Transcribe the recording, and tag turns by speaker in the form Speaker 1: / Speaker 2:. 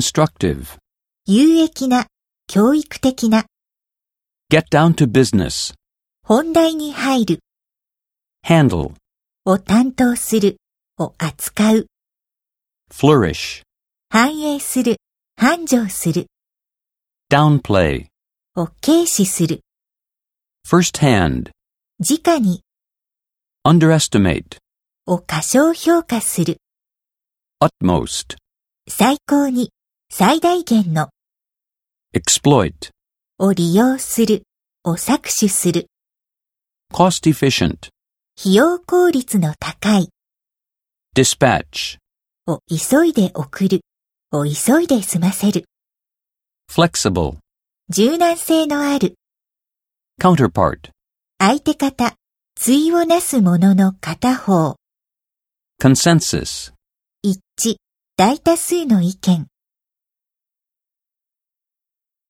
Speaker 1: instructive,
Speaker 2: 有益な、教育的な、
Speaker 1: get down to business,
Speaker 2: 本題に入る、
Speaker 1: handle,
Speaker 2: を担当する、を扱う、
Speaker 1: flourish,
Speaker 2: 反映する、繁盛する、
Speaker 1: downplay,
Speaker 2: を軽視する、
Speaker 1: first hand,
Speaker 2: 直に、
Speaker 1: underestimate,
Speaker 2: を過小評価する、
Speaker 1: utmost,
Speaker 2: 最高に、最大限の、
Speaker 1: exploit,
Speaker 2: を利用する、を搾取する、
Speaker 1: cost efficient,
Speaker 2: 費用効率の高い、
Speaker 1: dispatch,
Speaker 2: を急いで送る、を急いで済ませる、
Speaker 1: flexible,
Speaker 2: 柔軟性のある、
Speaker 1: counterpart,
Speaker 2: 相手方、対をなすものの片方、
Speaker 1: consensus.
Speaker 2: 一致、大多数の意見。